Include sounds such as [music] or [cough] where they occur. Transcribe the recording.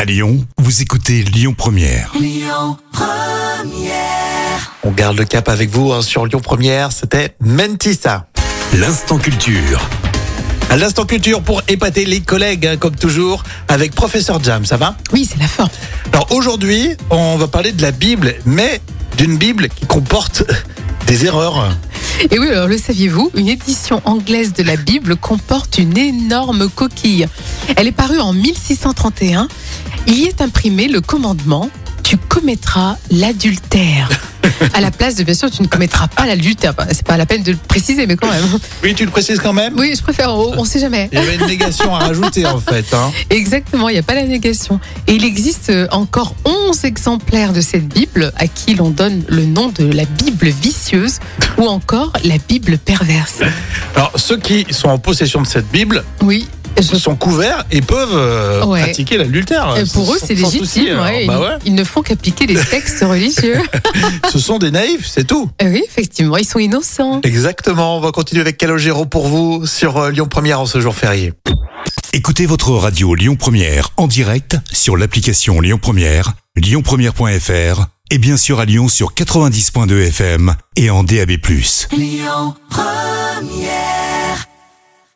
À Lyon, vous écoutez Lyon Première. On garde le cap avec vous hein, sur Lyon Première. C'était Mentissa. L'instant culture. À l'instant culture pour épater les collègues, hein, comme toujours, avec professeur Jam. Ça va Oui, c'est la fin. Alors aujourd'hui, on va parler de la Bible, mais d'une Bible qui comporte [laughs] des erreurs. Et oui, alors le saviez-vous Une édition anglaise de la Bible comporte une énorme coquille. Elle est parue en 1631. Il y est imprimé le commandement Tu commettras l'adultère. [laughs] À la place de bien sûr, tu ne commettras pas l'adultère. Enfin, c'est pas la peine de le préciser, mais quand même. [laughs] Oui, tu le précises quand même. Oui, je préfère, on on sait jamais. Il y avait une négation à rajouter en fait. hein. Exactement, il n'y a pas la négation. Et il existe euh, encore 11 exemplaires de cette Bible à qui l'on donne le nom de la Bible vicieuse ou encore la Bible perverse. Alors ceux qui sont en possession de cette Bible Oui, je- sont couverts et peuvent euh, Ouais. pratiquer l'adultère. euh, pour eux Sans- c'est sans légitime. souci, alors, ouais, bah ils, ouais. ils ne font qu'appliquer les [laughs] textes [laughs] religieux. Ce sont des naïfs, c'est tout. Euh, oui, effectivement, ils sont innocents. Exactement. On va continuer avec Calogero pour vous sur euh, Lyon Première en ce jour férié. Écoutez votre radio Lyon Première en direct sur l'application Lyon Première, lyonpremière.fr et bien sûr à Lyon sur 90.2 FM et en DAB+.